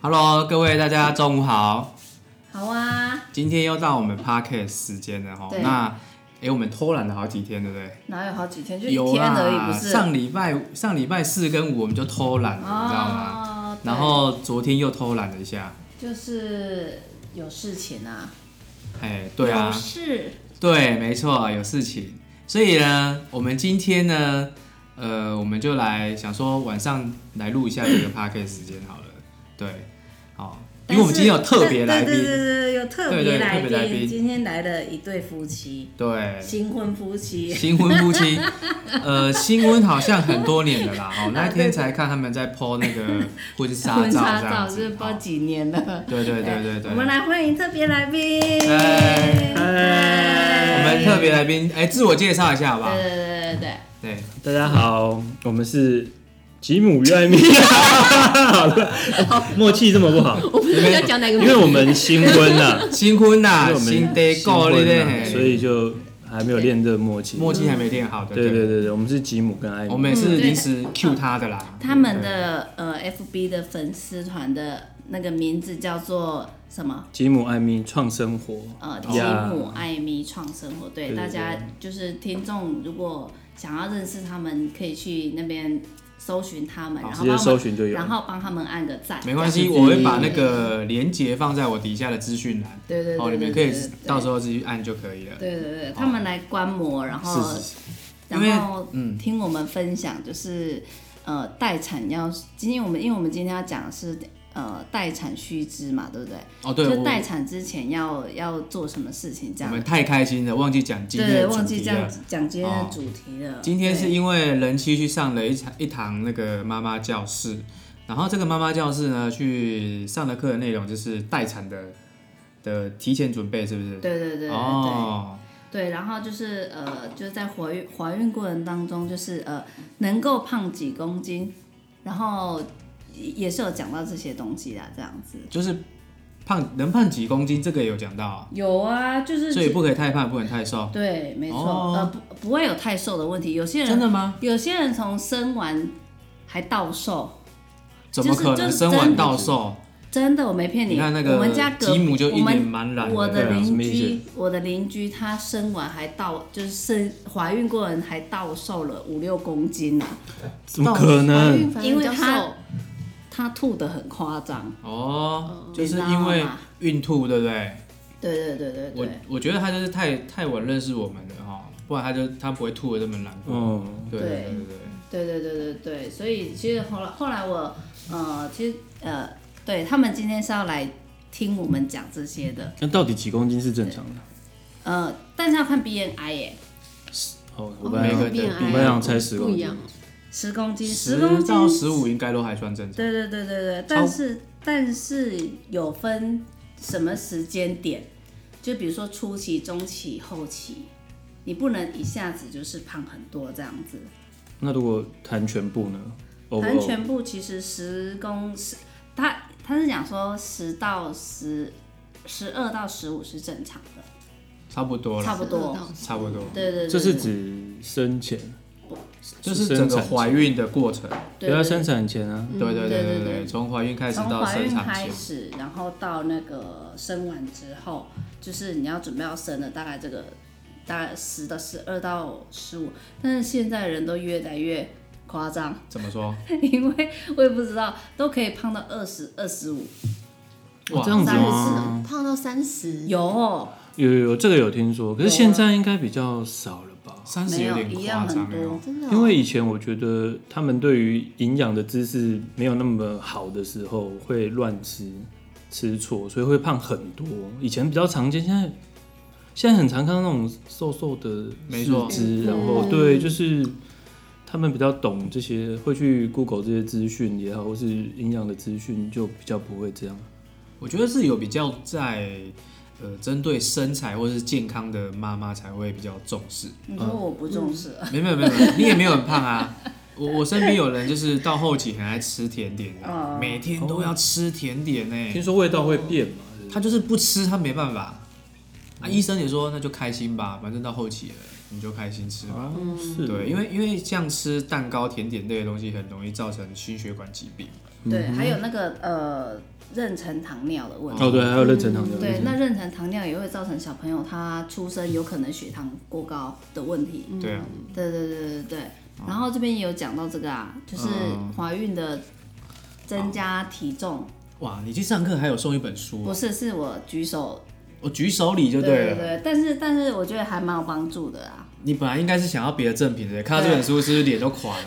Hello，各位大家中午好，好啊，今天又到我们 Podcast 时间了哈。对那诶，我们偷懒了好几天，对不对？哪有好几天，就一有天而已，啦，不是？上礼拜上礼拜四跟五我们就偷懒了，你知道吗？哦，对然后昨天又偷懒了一下，就是有事情啊，哎，对啊有，事，对，没错，有事情。所以呢，我们今天呢，呃，我们就来想说晚上来录一下这个 Podcast 时间好了。对，好，因为我们今天有特别来但是对对宾，对对，有特对对别来特别来宾宾，今天来了一对夫妻，对，新婚夫妻，新婚夫 妻，呃，新婚好像很多年的啦，哦，那一天才看他们在 po 那个婚纱啊婚照纱这照样是子不知，道哦几年了。对对对对对，我们来欢迎特别来宾，嗨嗨我们特别来宾，哎，自我介绍一下好不好对？对对对对对，大家好，我们是吉姆与艾米。好了，默契这么不 好，对，我不知道要讲哪个，因为我们新婚呐、新婚因为呐，我们啊新 day 够婚了呐、嘞，所以就还没有练这个默契。默契还没练好的，对对对对，我们是吉姆跟艾我米。们也是临时 Q 他的啦，嗯他们的呃 FB 的粉丝团的那个名字叫做什么？吉姆艾米创生活，呃，哦吉呀姆艾米创生活，对对大家就是听众，如果想要认识他们，可以去那边搜寻他们，然直后接帮他搜们，寻就有然了。后帮他们按个赞，没关系，这我样会把那个连接放在我底下的资讯栏，对，对对对，哦，你们可对以对对到时候自己去按就可以了。对对对对，他们来观摩，然后是是是，因然为嗯后听我们分享，就是呃待产要，今天我们因为我们今天要讲的是呃待产须知嘛，对不对？哦，对，就我待产之前要要做什么事情这我样们。太开心了，忘记讲今天对，的主忘记题这样了。讲今天哦的主题了。今天对是因为人妻去上了一场一堂那个妈妈教室，然后这个妈妈教室呢，去上的课的内容就是待产的的提前准备，是不是？对对对对对、哦，对，然后就是呃，就是在怀孕怀孕过程当中，就是呃，能够胖几公斤，然后也也是有讲到这些东西啦，这样子。就是胖能胖几公斤，这个有讲到啊，有啊，就是所以不可以太胖，不能太瘦。对，没错，哦呃，不不会有太瘦的问题。有些真人的吗？有些人从生完还倒瘦，怎么可就能是生完倒瘦？真的，我没骗你看那个我们家隔吉姆就一我脸们茫然我的，的对啊什邻么意居，我的邻居，她生完还倒，就是生怀孕过人还倒瘦了五六公斤呢、啊怎么可能？因为她她吐的很夸张。哦，就是你知道因为吗孕吐，对不对？对对对对我对，我觉得他就是太太晚认识我们了哈，不然他就他不会吐的这么难过。哦，对对对对对，对对对对对，所以其实后来后来我呃，其实呃，对他们今天是要来听我们讲这些的，那到底几公斤是正常的？呃，但是要看 BNI 耶、哦，我本来每个想人的我本来想猜十公斤，十公斤，十公十斤到十五应该都还算正常。对对对对对，但是但是有分什么时间点，就比如说初期、中期、后期，你不能一下子就是胖很多这样子。那如果谈全部呢？哦，谈全部其实十公十，他他是讲说十到十，十二到十五是正常的，差不多差了，不多。差不多，对对对，这是对指生前，就是整个怀孕的过程。对对啊，对生产前啊。对对嗯对对对对，对从怀孕开始从到怀生孕产开前，始，然后到那个生完之后，就是你要准备要生了，大概这个大概十到十二到十五，但是现在人都越来越夸张， 怎么说？因为我也不知道，都可以胖到二十二十五，哦这样子三十吗？胖到三十，有哦有有有，这个有听说，可是现在应该比较少了吧？三十没有有点一夸样张很哦多。，真的哦、因为以前我觉得他们对于营养的知识没有那么好的时候，会乱吃吃错，所以会胖很多。以前比较常见，现在现在很常看到那种瘦瘦的没错四肢，然后对，就是他们比较懂这些，会去 Google 这些资讯也好，或是营养的资讯，就比较不会这样。我觉得是有比较在呃针对身材或是健康的妈妈才会比较重视。你说我不重视，没有没有没有没有，你也没有很胖 啊。我我身边有人就是到后期很爱吃甜点的哦，每天都要吃甜点呢。听说味道会变嘛？嗯他就是不吃，他没办法。啊，医生也说那就开心吧，反正到后期了。你就开心吃嘛。啊，嗯是对，因为因为像吃蛋糕、甜点类的东西，很容易造成心血管疾病。对，还有那个呃妊娠糖尿的问题。哦对，还有妊娠糖尿对，病，那妊娠糖尿也会造成小朋友他出生有可能血糖过高的问题。对啊，对对对对对。然后这边也有讲到这个啊，就是哦嗯哦怀孕的增加体重，哇，你去上课还有送一本书不哦，是是我举手，我举手礼就对对了。对，但是但是我觉得还蛮有帮助的啊。你本来应该是想要别的赠品的，看到这本书是不是脸都 垮了？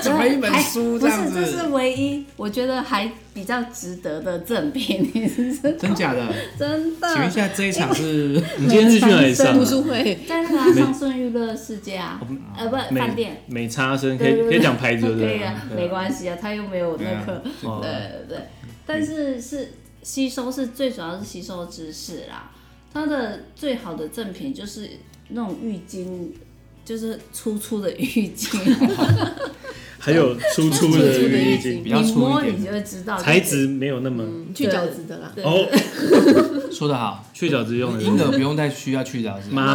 怎么一本书不这样是，这子？是唯一我觉得还比较值得的赠品，你知道真假的？ 真 请问一的，下，这一场是你今天是去哪里上啊读？书会，但是啊，上顺娱乐世界啊，哦呃，不，饭店美美差生可对对以对可以讲牌子对不嗯可对？以啊，没关系啊，他又没有那个，对啊哦对对对，但是是吸收是最主要是吸收知识啦，它的最好的赠品就是那种浴巾。就是粗粗的浴巾，啊还有粗粗的粗粗的浴浴巾，巾比较你粗摸一你就点会知道材质没有那么嗯去饺子的啦，哦，的，说得好，去角质用的婴儿不用再需要去角质，妈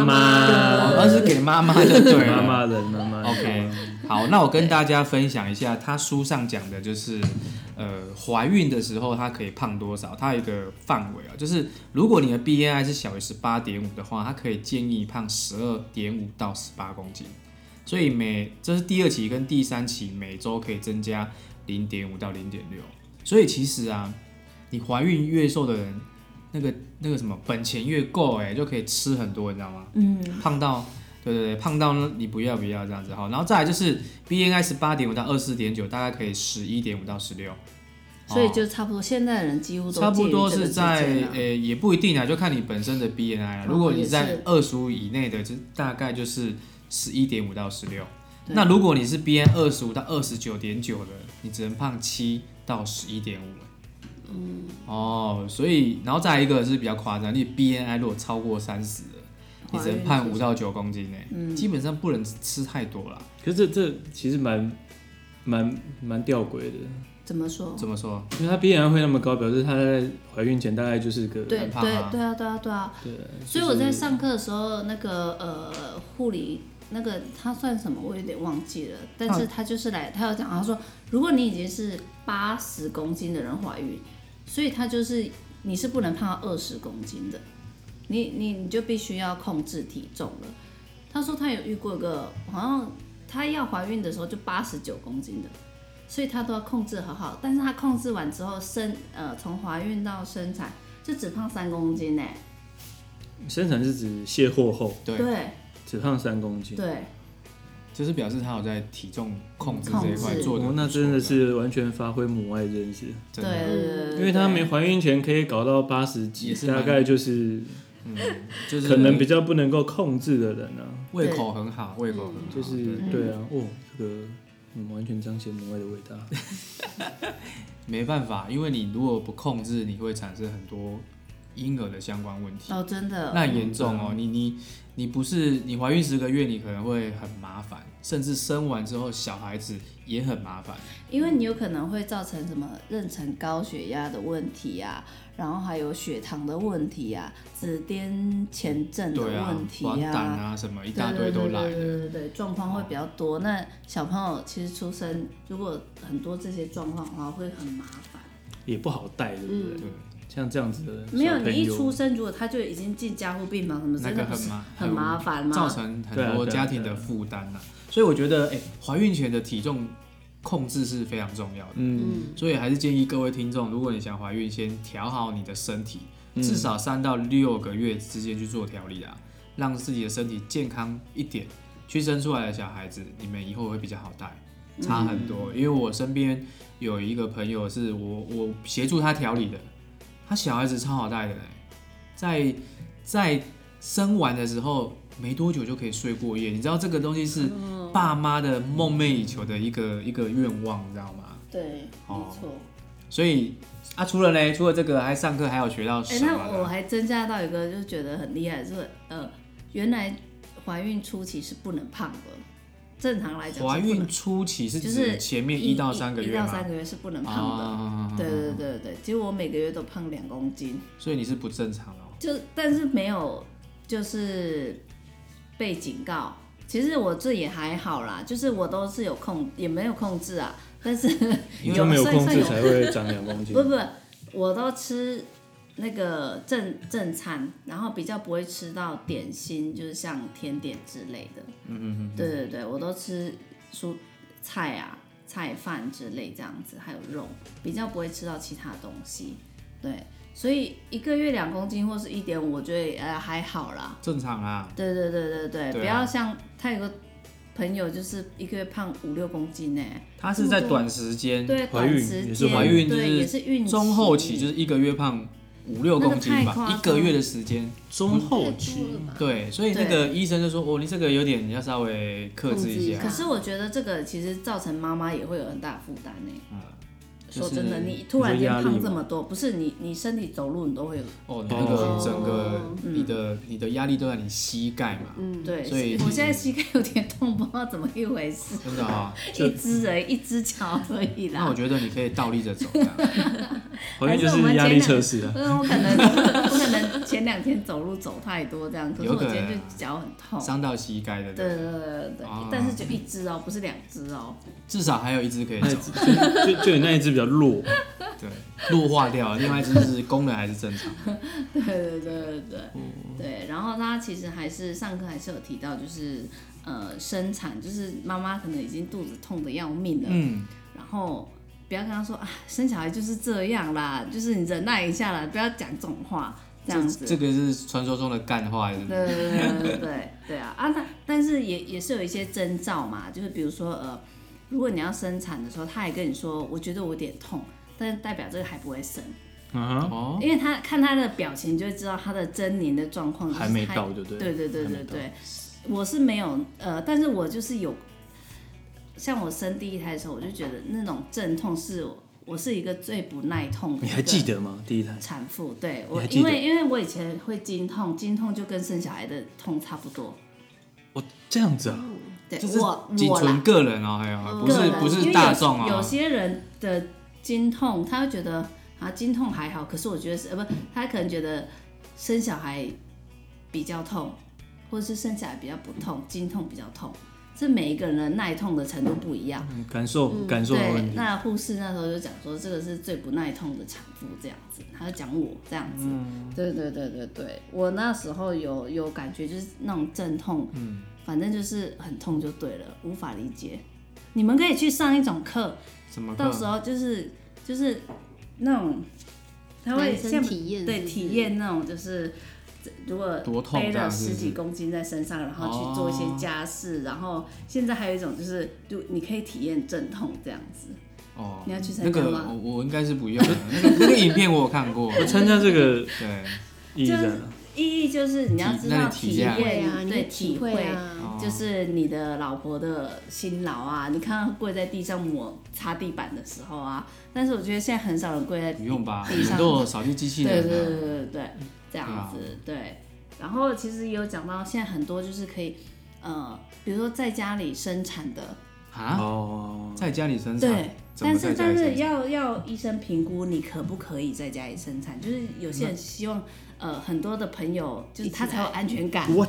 妈妈而是给妈妈的，对啊了妈妈人妈妈人 OK，好，那我跟大家分享一下，他书上讲的就是，呃，怀孕的时候它可以胖多少，它有一个范围啊，就是如果你的 BMI 是小于十八点五的话，它可以建议胖十二点五到十八公斤，所以每这是第二期跟第三期每周可以增加零点五到零点六，所以其实啊，你怀孕越瘦的人，那个那个什么本钱越够，哎，就可以吃很多，你知道吗？嗯，胖到，对对对，胖到呢你不要不要这样子好，然后再来就是 BNI 十八点五到二四点九，大概可以十一点五到十六，所以就差不多，现在的人几乎都哦差不介于多这是个之在间啊呃、也不一定啊，就看你本身的 BNI 啦。哦如果你也是在二十五以内的，就大概就是十一点五到十六。对那如果你是 BN 二十五到二十九点九的，你只能胖七到十一点五。嗯，哦，所以然后再来一个是比较夸张，你 BNI 如果超过三十的，你只能胖五到九公斤呢、嗯基本上不能吃太多啦。可是这这其实蛮蛮蛮吊诡的，怎么说？怎么说？因为她必然会那么高，表示她在怀孕前大概就是个对很对胖啊对啊对啊对啊！对所以我在上课的时候，那个呃护理那个他算什么，我有点忘记了。但是他就是来，他有讲，他说如果你已经是八十公斤的人怀孕，所以他就是你是不能胖到二十公斤的，你你你就必须要控制体重了。他说他有遇过一个，好像他要怀孕的时候就八十九公斤的。所以他都要控制好好，但是他控制完之后生呃，从怀孕到生产就只胖三公斤欸呢、生产是指卸货后对对只胖三公斤，对，就是表示他有在体重控制这一块控制做的、哦，那真的是完全发挥母爱认识，真对的，对对，因为她对没怀孕前可以搞到八十几也，是蛮大概就是就是可能比较不能够控制的人啊，胃口很好，胃口很好，就是对对啊，哦，这个嗯，完全彰显母爱的伟大。没办法，因为你如果不控制，你会产生很多婴儿的相关问题，哦，真的，那很严重嗯哦。你你你不是你怀孕十个月，你可能会很麻烦，甚至生完之后小孩子也很麻烦。因为你有可能会造成什么妊娠高血压的问题呀、然后还有血糖的问题呀、紫癜前症的对啊问，题黄疸呀、啊什么一对大堆都来对对了。对对对，状况会比较多。那小朋友其实出生如果很多这些状况的话，会很麻烦。也不好带，对不对？对像这样子的嗯没有，小朋你一友出生，如果他就已经进加护病房什么，那真个的不很是麻很麻烦吗？造成对啊很对啊多家庭的负担呐。所以我觉得，哎、怀孕前的体重控制是非常重要的。嗯，所以还是建议各位听众，如果你想怀孕，先调好你的身体，至少三到六个月之间去做调理啊，让自己的身体健康一点，去生出来的小孩子，你们以后会比较好带，嗯差很多。因为我身边有一个朋友是我我协助他调理的，他小孩子超好带的嘞，在在生完的时候没多久就可以睡过夜，你知道这个东西是嗯爸妈的梦寐以求的一个一个愿望，你知道吗？对，没哦错。所以啊，除了呢，除了这个，还上课还有学到哎、什么那我呢？还增加到一个，就觉得很厉害，就是呃，原来怀孕初期是不能胖的，正常来讲是不怀能孕初期是就指是前面一到三个一月到吗三？个月是不能胖的。啊，对对对对，结果我每个月都胖两公斤，所以你是不正常的哦。就但是没有就是被警告，其实我这也还好啦，就是我都是有控，也没有控制啊，但是你就没有有算控算制有才会长两公斤不。不，我都吃那个正正餐，然后比较不会吃到点心，就是像甜点之类的。嗯嗯嗯。对对对，我都吃蔬菜啊、菜饭之类这样子，还有肉，比较不会吃到其他东西。对，所以一个月两公斤或是一点五，我觉得呃还好啦。正常啊，对对对对对，对啊不要像他有个朋友，就是一个月胖五六公斤呢、她是在短时间，对，怀短孕时也是间怀孕就对，是也是孕中后期就是一个月胖五六公斤那个太夸吧，张一个月的时间，中太后期多了吧？对，所以那个医生就说，哦，你这个有点你要稍微克制一控制一下下可，是我觉得这个其实造成妈妈也会有很大负担呢。嗯说真的，就是你突然你说间压力胖吗这么多，不是你你身体走路你都会有哦，你那个哦整个嗯你的你的压力都在你膝盖嘛，嗯，对。所以我现在膝盖有点痛，不知道怎么一回事，真的啊，就一只而已，一只脚而已那啦我。觉得你可以倒立着 走这样，怀孕就是压力测试啊。嗯，我可能我可能前两天走路走太多这样，可是有我可今能天就脚很痛。伤到膝盖的，对对对对对哦，但是就一只哦，不是两只哦。至少还有一只可以那一走，只就就就你那一只比较弱，对，弱化掉了，另外一只是功能还是正常的，对 对对对对、嗯对，然后他其实还是上课还是有提到，就是呃生产，就是妈妈可能已经肚子痛的要命了，嗯。然后不要跟他说啊生小孩就是这样啦，就是你忍耐一下啦，不要讲这种话这样子。这个是传说中的干话，是不是？对对对对对对啊啊！但但是也也是有一些征兆嘛，就是比如说呃，如果你要生产的时候，他还跟你说，我觉得我有点痛，但是代表这个还不会生。嗯啊，哦，因为他看他的表情就会知道他的狰狞的状况就是还没他到就对对了对对还没对到对，我是没有呃，但是我就是有，像我生第一胎的时候，我就觉得那种阵痛是我我是一个最不耐痛的。你还记？得吗？第一胎产妇对你我，还记因得为因为我以前会经痛，经痛就跟生小孩的痛差不多。哦，这样子啊，对就是我仅我纯啦，个人哦，还有不嗯个是人不因为是有大众有哦，些人的经痛，他会觉得啊经痛还好，可是我觉得是呃不，他可能觉得生小孩比较痛，或者是生小孩比较不痛，经痛比较痛。这每一个人的耐痛的程度不一样，嗯感受感受的嗯对问。题，那护士那时候就讲说，这个是最不耐痛的产妇这样子，他就讲我这样子。嗯对对对对对，我那时候有有感觉，就是那种阵痛，嗯，反正就是很痛就对了，无法理解。你们可以去上一种嗯课，什么到时课？候就是就是那种，他会男生像体验对是不是体验那种就是。如果多痛背这了样是十不几是公斤在身上，然后去做一些家事，然后现在还有一种就是，就你可以体验阵痛这样子。哦你要去参加那个吗我我应该是不用的，那个那个影 片我有看过，我参加这个对，意义在啊哪？意义就是你要体知那道你体体验啊对验啊，，你对有体会啊，哦就是你的老婆的辛劳啊，你看她跪在地上抹擦地板的时候啊，但是我觉得现在很少人跪在不用吧，地很上，多扫地机器对人对对啊，对对对，这样子对。然后其实也有讲到，现在很多就是可以，呃，比如说在家里生产的，啊，哦，在家里生产对，，怎但么是在家但里是生产？要要医生评估你可不可以在家里生产，就是有些人希望，呃，很多的朋友就是他才有安全感，我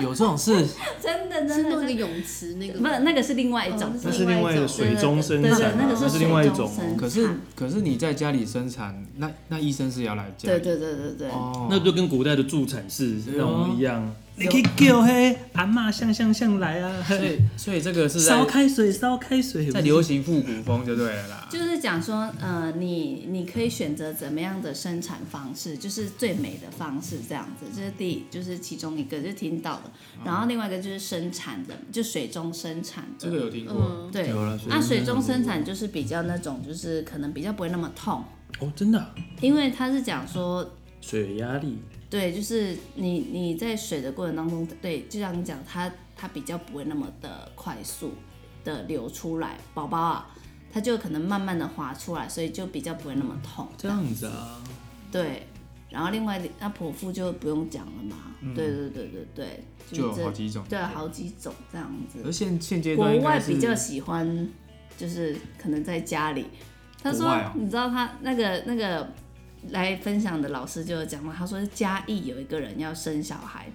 有这种事，真的是真的那真个的，泳池那个不，那个是另外一种哦，那是另外一个水中生对对产，啊那个那是是另外一水中种生哦，可是可是你在家里生产，那那医生是要来家对里，对对对对，哦，那就跟古代的助产士那种一样，对你哦可以叫嘿阿嬷向向向来啊，所以所以这个是烧在开水烧开水，在流行复古风就对了啦，就是讲说，呃，你你可以选择怎么样的生产方式，就是最美的方式，这样子，这、是第就是其中一个，就是听到的。哦然后另外一个就是生产的，就水中生产的，这个有听过，嗯，对。有了那、水中生产就是比较那种，就是可能比较不会那么痛，哦，真的啊因为他是讲说水有压力，对，就是你你在水的过程当中，对，就像你讲，它它比较不会那么的快速的流出来，宝宝啊，它就可能慢慢的滑出来，所以就比较不会那么痛。这样子啊，对，然后另外那剖腹就不用讲了嘛，对对对对对，就有是好几种，这对好几种这样而子。现现阶段国应外该是比较喜欢，就是可能在家里，他说、国外哦你知道他那个那个来分享的老师就有讲嘛，他说嘉义有一个人要生小孩，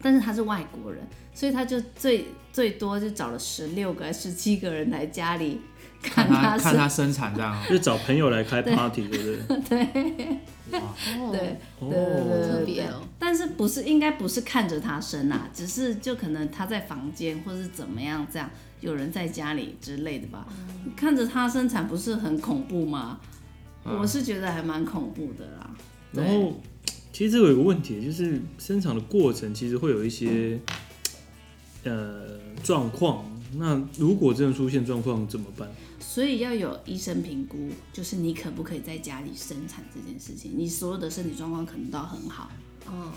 但是他是外国人，所以他就最最多就找了十六个、十七个人来家里看看他他看是，他生产这样 哦， 就找朋友来开 party，对不对？哇，对，对哦，对特对别对哦，但是不是应该不是看着他生啊，只是就可能他在房间或是怎么样这样，有人在家里之类的吧。嗯看着他生产不是很恐怖吗？嗯我是觉得还蛮恐怖的啦。然后其实这个有个问题，就是生产的过程其实会有一些呃状况。那如果真的出现状况怎么办？所以要有医生评估，就是你可不可以在家里生产这件事情，你所有的身体状况可能都要很好。嗯，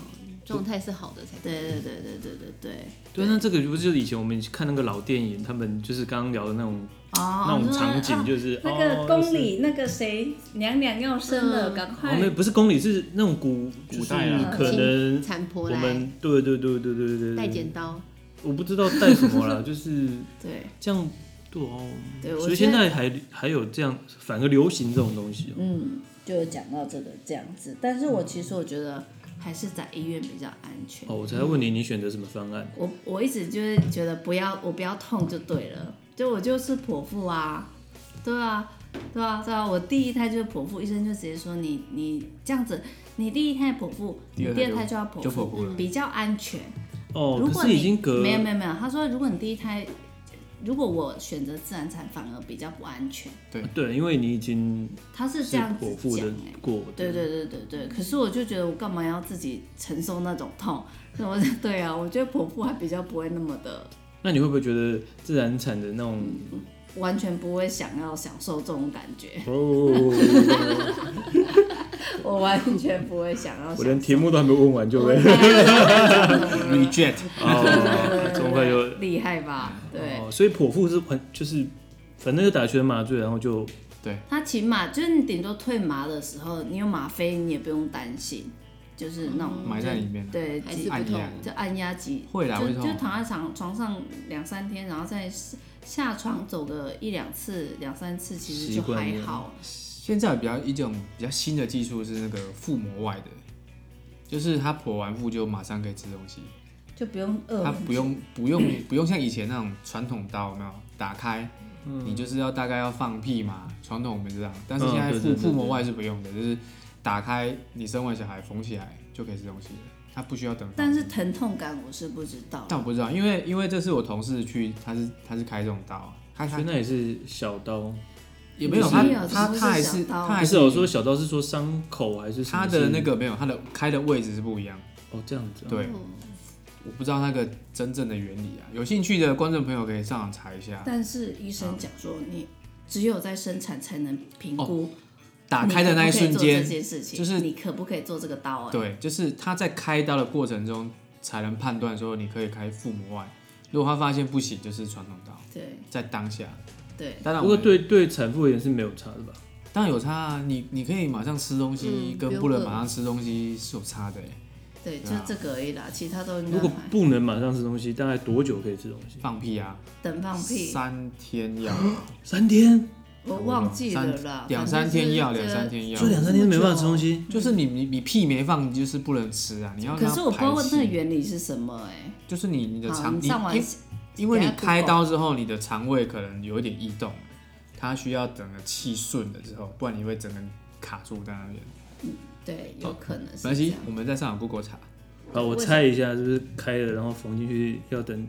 状态是好的才对对对对对对对。对，那这个不就是以前我们看那个老电影，他们就是刚刚聊的那种、哦，那种场你景，说就是、那个哦宫里那个谁娘娘要生了，嗯赶哦，快没有不是宫里，是那种古古代就是啊可能产婆我来们对对对对对对带对，剪刀，我不知道带什么啦，就是对。这样对哦。对我所以觉得现在还还有这样，反而流行这种东西哦、嗯，就讲到这个这样子，但是我其实我觉得还是在医院比较安全。哦，我才问你，你选择什么方案？我我一直就是觉得不要我不要痛就对了，就我就是剖腹啊，对啊，对啊，对啊，我第一胎就是剖腹，医生就直接说你你这样子，你第一胎剖腹，第你二胎第二就胎就要剖就腹，剖腹了，比较安全。哦，嗯如可果是你已经隔没有没有没有，他说如果你第一胎，如果我选择自然产反而比较不安全，对，因为你已经他是是这样子剖腹讲的哎、过，对对对对对，可是我就觉得我干嘛要自己承受那种痛？ 那我对啊，我觉得剖腹还比较不会那么的，那你会不会觉得自然产的 那种完全不会想要享受这种感觉， 哦，我完全不会想要享受。目都还没问完就我 对 reject 哦， 这么快就厉害吧？对，哦，所以剖腹是很就是，反正就打全麻醉，然后就他起码就是你顶多退麻的时候，你有吗啡，你也不用担心，就是那嗯种埋在里面了，对，还几是不按痛啊压，就按压几，会啦会就痛就躺在床床上两三天，然后再下床走个一两次、两三次，其实习就惯还了好。现在比较一种比较新的技术是那个腹膜外的，就是他剖完腹就马上可以吃东西，就不用饿他不用不用不用像以前那种传统刀有没有打开，你就是要大概要放屁嘛，传统我们这样，但是嗯现在对腹对对腹膜对外是不用的，就是打开你生完小孩缝起来就可以吃东西了，他不需要等。但是疼痛感我是不知道但我不知道，因为因为这是我同事去，他是他是开这种刀，啊他所他以那也是小刀，也没有不他是他不是他还小是刀他还不是哦我说小刀是说伤口还是什么他是的那个没有他的开的位置是不一样，哦这样子啊，对，哦我不知道那个真正的原理啊。有兴趣的观众朋友可以上网查一下，但是医生讲说，你只有在生产才能评估哦打开的那一瞬你可不可以做这间，件事情，就是你可不可以做这个刀、啊？对，就是他在开刀的过程中才能判断说你可以开腹膜外。如果他发现不行，就是传统刀，对在当下。对当然不我过们，对对产妇而言是没有差的吧？当然有差啊。你你可以马上吃东西，嗯跟不用不能饿马上吃东西是有差的欸。对，就对啊这个而已啦，其他都应该如果还不能马上吃东西，大概多久可以吃东西？放屁啊！等放屁，三天药，三天，我 忘记了啦，两三反正天药，是两这三天药所以，两三天没办法吃东西，就是你你你屁没放，你就是不能吃啊！你要可让它是我不知道排那个气原理是什么哎、就是你你的好，肠，你你上完因因为等你下开刀之后，你的肠胃可能有一点异动，它需要整个气顺了之后，不然你会整个卡住在那边。对，有可能没是关这系样。，我们再上网 Google 查，好，我猜一下，是不是开了然后缝进去要等，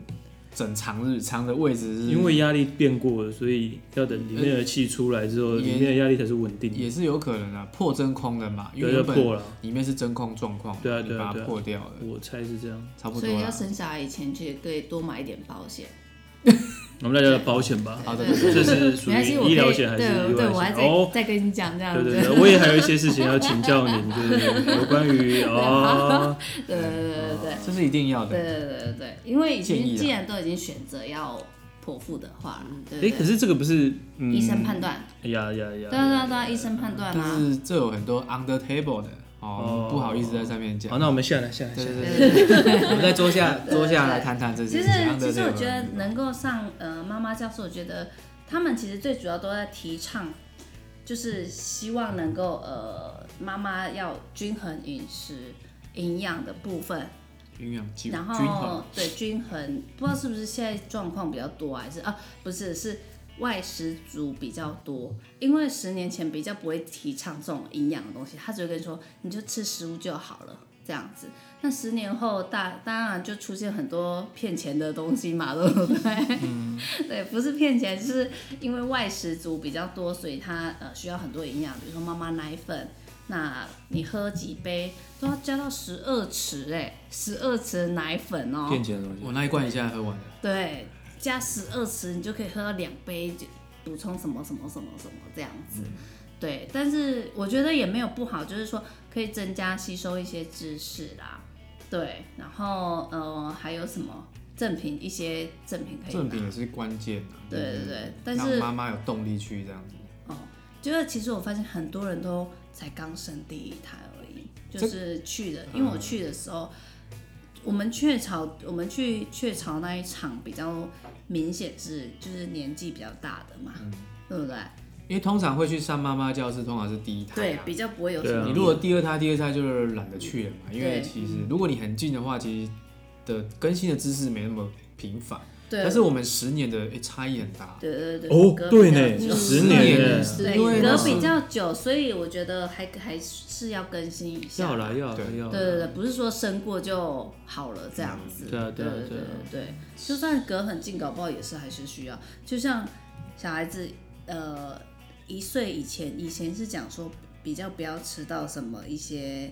整肠日肠的位置是，因为压力变过了，所以要等里面的气出来之后，嗯也里面的压力才是稳定也的，是有可能啊，破真空的嘛，因为对，原要本破了。里面是真空状况，对啊你对啊把对它啊破掉了，我猜是这样。差不所多啊以要了。生小孩以前，其实可以多买一点保险。我们大家的保险吧，好的，对对 对这对是属没关系，我于可医以疗险还是对意对，外我还险？在、嗯哦，再跟你讲这样对子。对对，我也还有一些事情要请教您， 就是有关于哦，对对对对这是一定要对的。对对对对，因为已建议经啦既然都已经选择要剖腹的话，对哎，对可是这个不是嗯医生判断，呀呀呀，对啊对啊对啊，医生判断但啊。是这有很多 under table 的哦哦，不好意思在上面讲好，。那我们下来下来下对来对。对对对对对， 我们在桌下桌下来谈谈这其些实事情。其实 under 我 table 觉得能够上呃妈妈教室，我觉得他们其实最主要都在提倡，就是希望能够呃妈妈要均衡饮食、营养的部分，营养均然均衡后对均衡，不知道是不是现在状况比较多，还是啊不是是外食族比较多，因为十年前比较不会提倡这种营养的东西，他只会跟你说你就吃食物就好了这样子。那十年后大当然就出现很多骗钱的东西嘛，对不对？ 对，不是骗钱，就是因为外食族比较多，所以他呃需要很多营养，比如说妈妈奶粉。那你喝几杯都要加到十二匙哎，十二匙奶粉哦、骗钱的东西。我那一罐一下喝完了，对，加十二匙你就可以喝到两杯，就补充什么什么什么什么这样子。对，但是我觉得也没有不好，就是说可以增加吸收一些知识啦。对，然后呃还有什么赠品一些赠品可以正拿品也是关键啊。哎对对对，但让是妈妈有动力去这样子。就是其实我发现很多人都才刚生第一胎而已，就是去的，因为我去的时候，我们雀巢，我们去雀巢那一场比较明显是就是年纪比较大的嘛，对不对？因为通常会去上妈妈教室，通常是第一胎、啊。对，比较不会有什对啊么你如果第二胎、第二胎就懒得去了嘛，因为对其实如果你很近的话，其实的更新的知识没那么频繁。对，但是我们十年的、诶差异很大，对对对，哦隔对比较呢久十年耶嗯对，因为隔那比较久，所以我觉得还还是要更新一下。要啦要啦对要啦，对对对，不是说生过就好了这样子。嗯对啊对对啊对对对啊对，就算隔很近，搞不好也是还是需要。就像小孩子，呃，一岁以前，以前是讲说比较不要吃到什么一些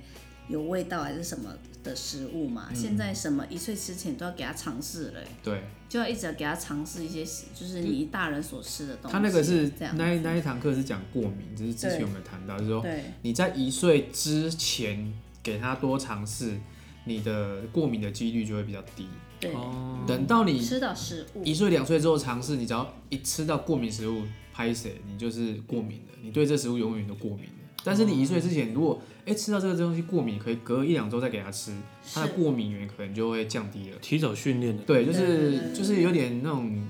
有味道还是什么的食物嗯嘛。现在什么一岁之前都要给他尝试了欸，对。就要一直给他尝试一些，就是你大人所吃的东西。他那个是这样那一那一堂课是讲过敏，只是之前对有没有谈到，就是说对你在一岁之前给他多尝试，你的过敏的几率就会比较低。对，哦，等到你吃到食物一岁两岁之后尝试，你只要一吃到过敏食物，拍谁你就是过敏的，你对这食物永远都过敏的。但是你一岁之前，如果哎、吃到这个东西过敏，可以隔一两周再给他吃，他的是过敏源可能就会降低了。提早训练的，对，就对对对是对就是有点那种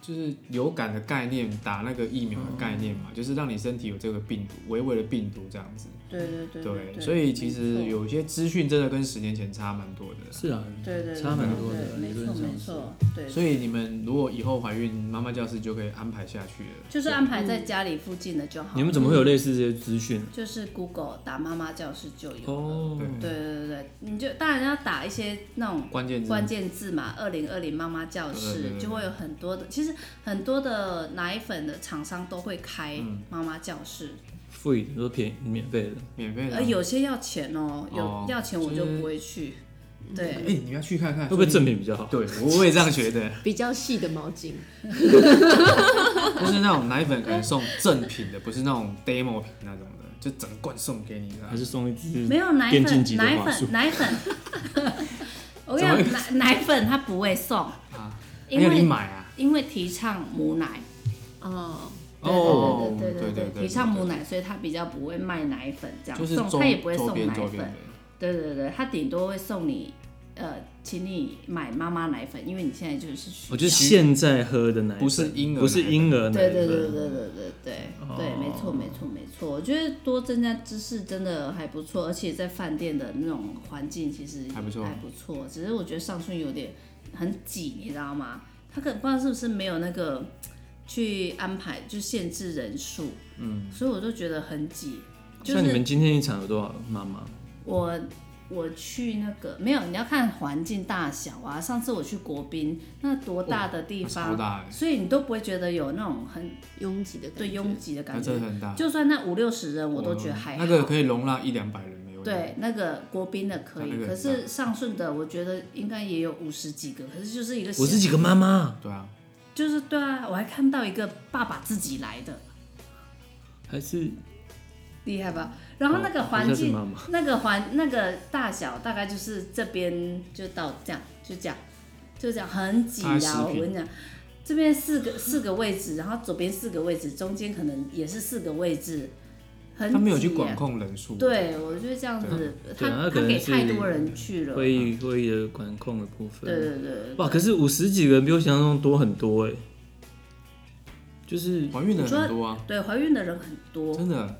就是流感的概念，打那个疫苗的概念嘛，就是让你身体有这个病毒，微微的病毒这样子。对对对对，对，所以其实没错有些资讯真的跟十年前差蛮多的啦。是啊，对对，对差蛮多对的，理没论错上没是。错，对，所以你们如果以后怀孕，妈妈教室就可以安排下去了。就是安排在家里附近的就好。你们怎么会有类似这些资讯？就是 Google 打妈妈教室就有了。哦，对对对对对，你就当然要打一些那种关键字关键字嘛，二零二零妈妈教对对对室对就会有很多的，其实很多的奶粉的厂商都会开嗯妈妈教室，付一都便宜免费的，免费的啊。而有些要钱哦，哦有要钱我就就是不会去。哎、对，你要去看看，会不会正品比较好？对，我我也这样觉得，比较细的毛巾，就是那种奶粉可能送正品的，不是那种 demo 品那种的，就整罐送给你的。还是送一支没有奶电竞粉，级的奶话术粉，奶粉。 我跟你讲，奶奶粉它不会送，啊因还有你为买啊？因为提倡母奶，哦，哦，对对对对，提倡母奶，所以他比较不会卖奶粉这样就是送，周他也不会周送边奶周边粉的，。对对对，他顶多会送你，呃，请你买妈妈奶粉，因为你现在就是需我觉得要。现在喝的奶粉不是婴儿不是婴儿奶对粉，对对对对对对哦对，没错没错没错，我觉得多增加知识真的还不错，而且在饭店的那种环境其实还不错还不错。只是我觉得上春有点很挤，你知道吗？他可能不知道是不是没有那个去安排，就限制人数，嗯，所以我就觉得很挤。就像你是们今天一场有多少妈妈？我我去那个没有，你要看环境大小啊。上次我去国宾，那多大的地超方，大欸所以你都不会觉得有那种很拥挤的感觉。对拥挤的那感啊真觉。的很大，就算那五六十人，我都觉得还好。嗯那个可以容纳一两百人没有。，对，那个国宾的可那以，个可是上顺的我觉得应该也有五十几个，可是就是一个小我是几个妈妈，对啊，就是对啊，我还看到一个爸爸自己来的，还是厉害吧？然后那个哦环好像是境，妈妈那个环那个大小大概就是这边就到这样，就这样，就这样很挤大概十啊！我平跟你讲，这边四个四个位置，然后左边四个位置，中间可能也是四个位置，很挤、他没有去管。控人数。，对，我觉得这样子，对他啊那可他能给是太多人去了。会议会议的管控的部分。啊对对对，嗯哇，可是五十几个人比我想象中多很多哎、就是怀孕的人很多啊，对怀孕的人很多，真的。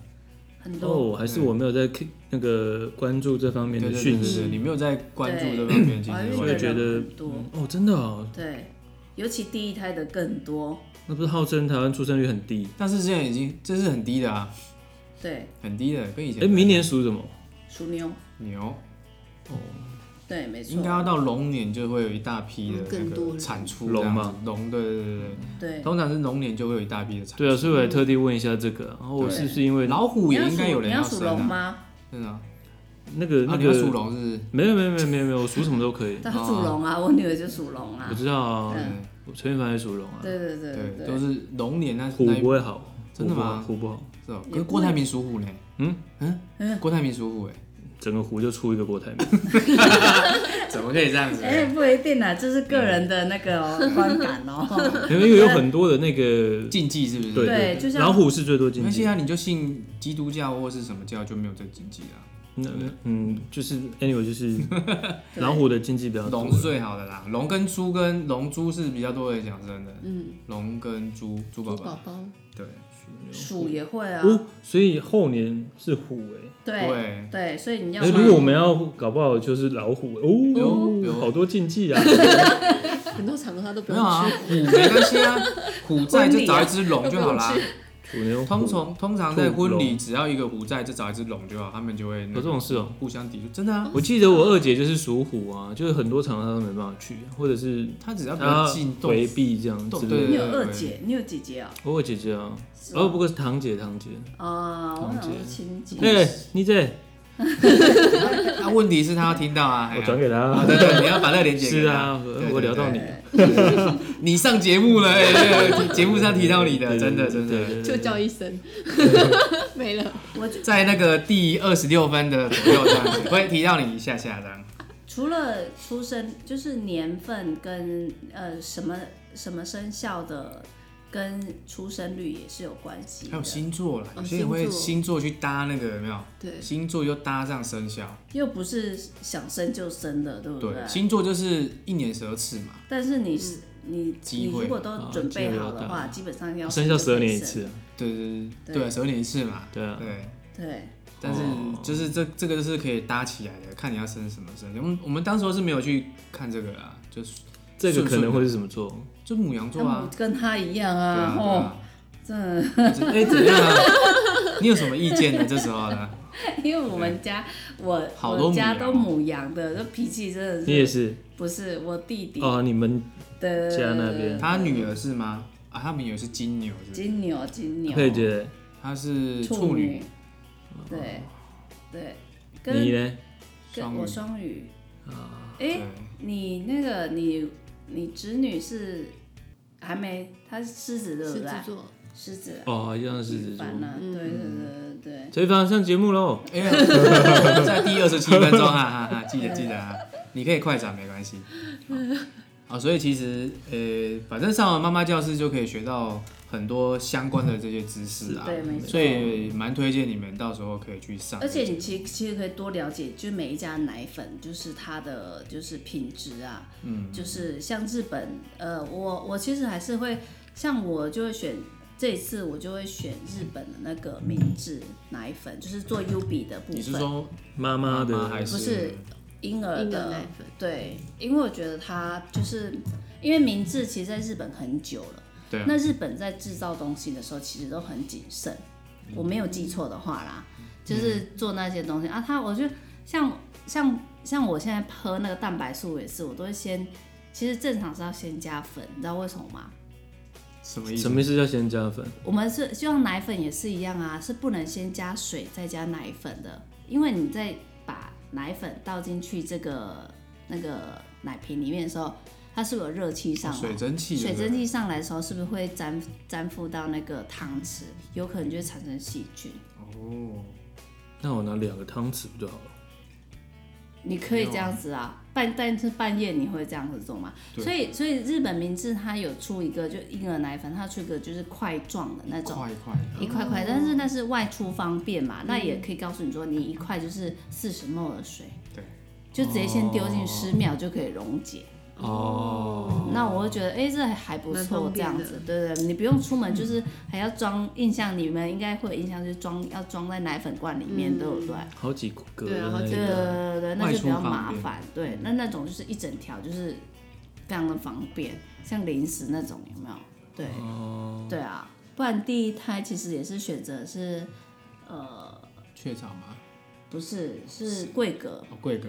很多。哦，还是我没有在 k- 那个关注这方面对的对对对讯对，息。你没有在关注对这方面，其怀实孕我的也觉人得很多，哦，真的哦，对，尤其第一胎的更多，那不是号称台湾出生率很低？但是现在已经这是很低的啊，对，很低的，跟以前。哎，明年属什么？属牛，牛对，没错应该，要到龙年就会有一大批的那更多个了产出，龙嘛，嘛龙对对对对对对，，通常是龙年就会有一大批的产出。对啊，所以我还特地问一下这个。然后我对是不是因为老虎你也要应该有属人你要属生龙啊， 吗？真的啊。那个啊那你要属个？龙是不是？没有没有没有没有没有，我属什么都可以。他属龙啊，我女儿就属龙啊我，知道啊，嗯我陈一凡也属龙啊。对对对对，对都对，是龙年那虎那一不会好，真的吗虎不好，虎是哦，也可是不郭会台铭属虎呢？嗯嗯，郭台铭属虎哎，不好整个虎就出一个郭台铭。怎么可以这样子？哎，不一定啊，这是嗯个人的那个哦观感 哦，因为因为有很多的那个 禁忌是不是？对对就像老虎是最多禁那忌现的。在啊你就信基督教或是什么教就没有这禁忌了。啊那嗯，就是 anyway 就是 老虎的禁忌比较多龙。是最好的啦，龙跟猪跟龙猪是比较多人讲真的，嗯，龙跟猪猪宝猪宝宝，宝，对鼠也会啊，哦，所以后年是虎哎、对对，对，所以你要哎、买如果我们要搞不好就是老虎有哦有，好多禁忌啊。 很多场合他都不没用有啊，去。虎没关系啊，虎在就找一只龙就好啦婚礼。啊虎牛通虎常通常在婚礼，只要一个虎在，就找一只龙就好，他们就会那有这种事哦、互相抵触。真的啊，我记得我二姐就是属虎啊，就是很多场合她都没办法去，或者是他只要不要她进洞啊回避这样之对类你的。有二姐，你有姐姐啊？我有姐姐啊，哦，不过是堂姐堂姐。啊，我堂想姐是亲姐，哎、你这，那啊问题是他要听到啊，哎我呀转给啊 她。对对，你要把那个连接是啊，我聊到你，你上节目了， 哎那个节目上提到你的，对真的真。对的，对对就叫一声， 没了。在那个第二十六分的左右这样子，会提到你一下下这样。除了出生，就是年份跟呃什么什么生肖的，跟出生率也是有关系还的有。星座啦，哦有些人会星座星座去搭那个有没有？对，星座又搭上生肖，又不是想生就生的，对不啊对，星座就是一年十二次嘛，但是你是、你机你会如果都准备好的话，啊基本上要生就可以肖十二年一生，次啊，对对对对对，十二年一次嘛，对啊，对。对，但是哦就是这这个就是可以搭起来的，看你要生什么生肖。我们我们当时候是没有去看这个啦，就是这个可能会是什么座？就母羊座他们啊，跟他一样对啊，吼、啊，真的，对啊哎怎样啊？你有什么意见呢？这时候呢？ 因为我们家我好多我家母羊都母羊的，这脾气真的你也是是不是我弟弟哦，你们的家那边他女儿是吗？啊，他们也是金牛是不是，金牛金牛佩姐，他是处处女，女，对对，你跟呢？跟双鱼我双鱼啊，哎、对，你那个你你侄女是还没，她是狮子对不狮对子？座，狮子啊，哦，一样是女蜘蛛。版啊，对对对对对。陈一凡上节目喽，哎呀，在第二十七分钟，哈哈哈，记得记得啊，你可以快转没关系。好，好所以其实呃，反正上了妈妈教室就可以学到很多相关的这些知识啊，对没错所以蛮推荐你们到时候可以去上。而且你其实其实可以多了解，就是每一家奶粉就是它的就是品质啊，嗯，就是像日本，呃，我我其实还是会，像我就会选这一次我就会选日本的那个明治奶粉，就是做 U 比的部你是分，说妈妈妈的妈还不是婴儿婴儿的奶粉对，因为我觉得它就是因为明治其实在日本很久了，对啊那日本在制造东西的时候其实都很谨慎，嗯我没有记错的话啦，就是做那些东西啊，它我就像像像我现在喝那个蛋白素也是，我都会先，其实正常是要先加粉，你知道为什么吗？什么意思什？么意思叫先加粉？我们是就像奶粉也是一样啊，是不能先加水再加奶粉的，因为你在把奶粉倒进去这个那个奶瓶里面的时候，它是不是有热气啊上来？哦水蒸气，水对蒸不对气上来的时候，是不是会粘粘附到那个汤匙，有可能就会产生细菌？哦，那我拿两个汤匙不就好了？你可以这样子啊，半但是半夜你会这样子做吗？对所以所以日本明治它有出一个就婴儿奶粉，它出一个就是块状的那种，快快的，一块块，但是那是外出方便嘛，那也可以告诉你说，你一块就是四十 ml 的水，对，哦就直接先丢进十秒就可以溶解，哦，那我会觉得，哎、这还不蛮错方，这便样的子，对对，你不用出门，就是还要装印象，你们应该会有印象，就是装要装在奶粉罐里面，嗯对不对？好几个对啊好那几对对个个对对，那外就出比较方麻便烦。对，那那种就是一整条，就是非常的方便，像零食那种有没有？对，哦对啊，不然第一胎其实也是选择是，呃，雀巢嘛，不是是桂格，哦，贵格，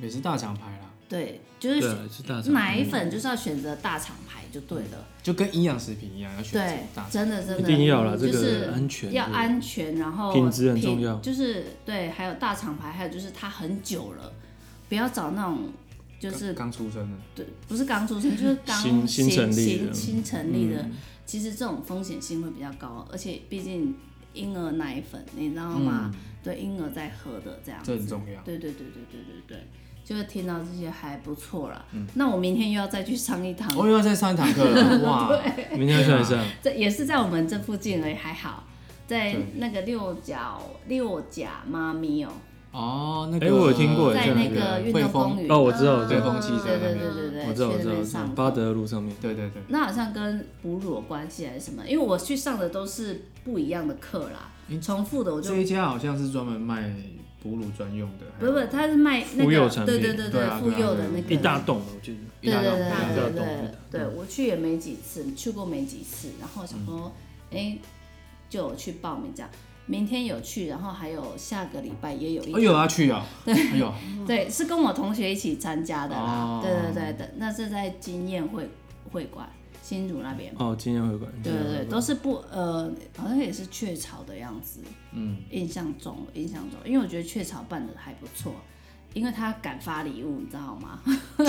也是大厂牌啦，对，就是对选啊，是大肠奶粉就是要选择大厂牌就对了。就跟营养食品一样，要选对择大，厂。真的真一的定要啦，就这是个安全要安全，然后品质很重要品就是对，还有大厂牌，还有就是它很久了，不要找那种就是刚刚出生的，对，不是刚出生， 就是刚新新成立的新嗯新成立的，其实这种风险性会比较高，而且毕竟婴儿奶粉，你知道吗？嗯对，婴儿在喝的这样这子，很重要。对对对对对对对，就是听到这些还不错了。嗯那我明天又要再去上一堂，哦我又要再上一堂课 了，哇！明天要算一算，这也是在我们这附近而已，还好。在对那个六角六甲妈咪哦，哦，那个，哎我有听过在在那那个个运汇动丰公园哦我知道我知道汇丰汽车对对那对边对对，我知道，去我那知道，边我知道上，巴课德路上面，对对对，那好像跟哺乳有关系还是什么？因为我去上的都是不一样的课啦，重复的我就这一家好像是专门卖哺乳专用的，不是不是，他是卖那妇幼个产对品对对对啊妇对啊幼对的啊那个一大栋，我记得一对大对栋对大对栋嗯对对，我去也没几次，去过没几次，然后想说，嗯哎，就有去报名这样。明天有去，然后还有下个礼拜也有一哦，有要去啊，哎 呦，对，是跟我同学一起参加的哦啦。对对对的，那是在经验会会馆新竹那边。哦，今天会馆，对对对，都是不呃，好像也是雀巢的样子，嗯，印象中印象中，因为我觉得雀巢办的还不错，因为他敢发礼物，你知道吗？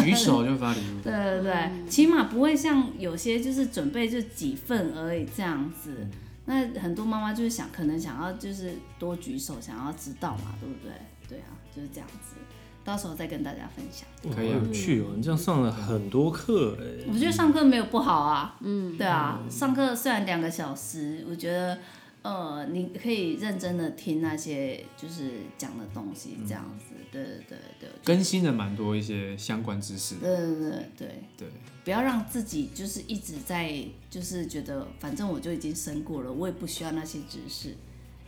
举手就发礼物， 对对对，起码不会像有些就是准备就几份而已这样子。那很多妈妈就是想，可能想要就是多举手，想要知道嘛，对不对？对啊，就是这样子，到时候再跟大家分享。哇可以啊好有趣哦，你这样上了很多课哎，我觉得上课没有不好啊，嗯，对啊，上课虽然两个小时，我觉得呃，你可以认真的听那些就是讲的东西，这样嗯子，对对对对，更新了蛮多一些相关知识，对对对对，对，不要让自己就是一直在就是觉得反正我就已经生过了，我也不需要那些知识，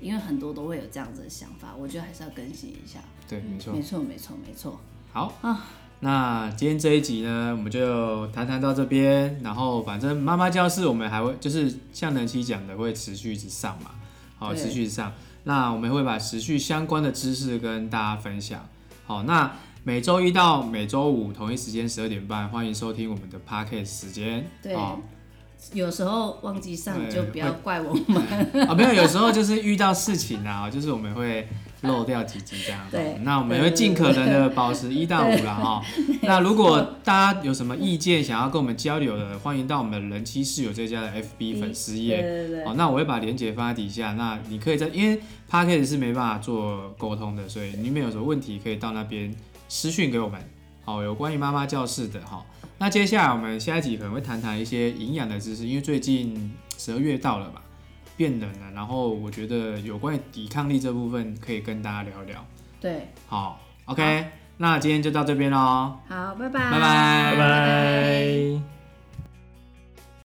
因为很多都会有这样子的想法，我觉得还是要更新一下，对，没错没，错没错没错，好啊那今天这一集呢，我们就谈谈到这边。然后，反正妈妈教室我们还会就是像南希讲的，会持续一直上嘛，好，对持续上。那我们会把持续相关的知识跟大家分享。好，那每周一到每周五同一时间十二点半，欢迎收听我们的 Pocket 时间。对好有时候忘记上对就不要会怪我们， 啊，没有，有时候就是遇到事情啊，就是我们会漏掉几集这样。对那我们也会尽可能的保持一到五啦 哈。那如果大家有什么意见想要跟我们交流的，欢迎到我们的人妻室友这家的 FB 粉丝对页。哦对对好，那我会把链接放在底下。那你可以在，因为 p a c k a g e 是没办法做沟通的，所以你们有什么问题可以到那边私讯给我们。好，有关于妈妈教室的哈。那接下来我们下一集可能会谈谈一些营养的知识，因为最近十二月到了嘛，变冷了，然后我觉得有关于抵抗力这部分可以跟大家聊聊。对，好，OK，那今天就到这边喽。好，拜拜拜拜拜。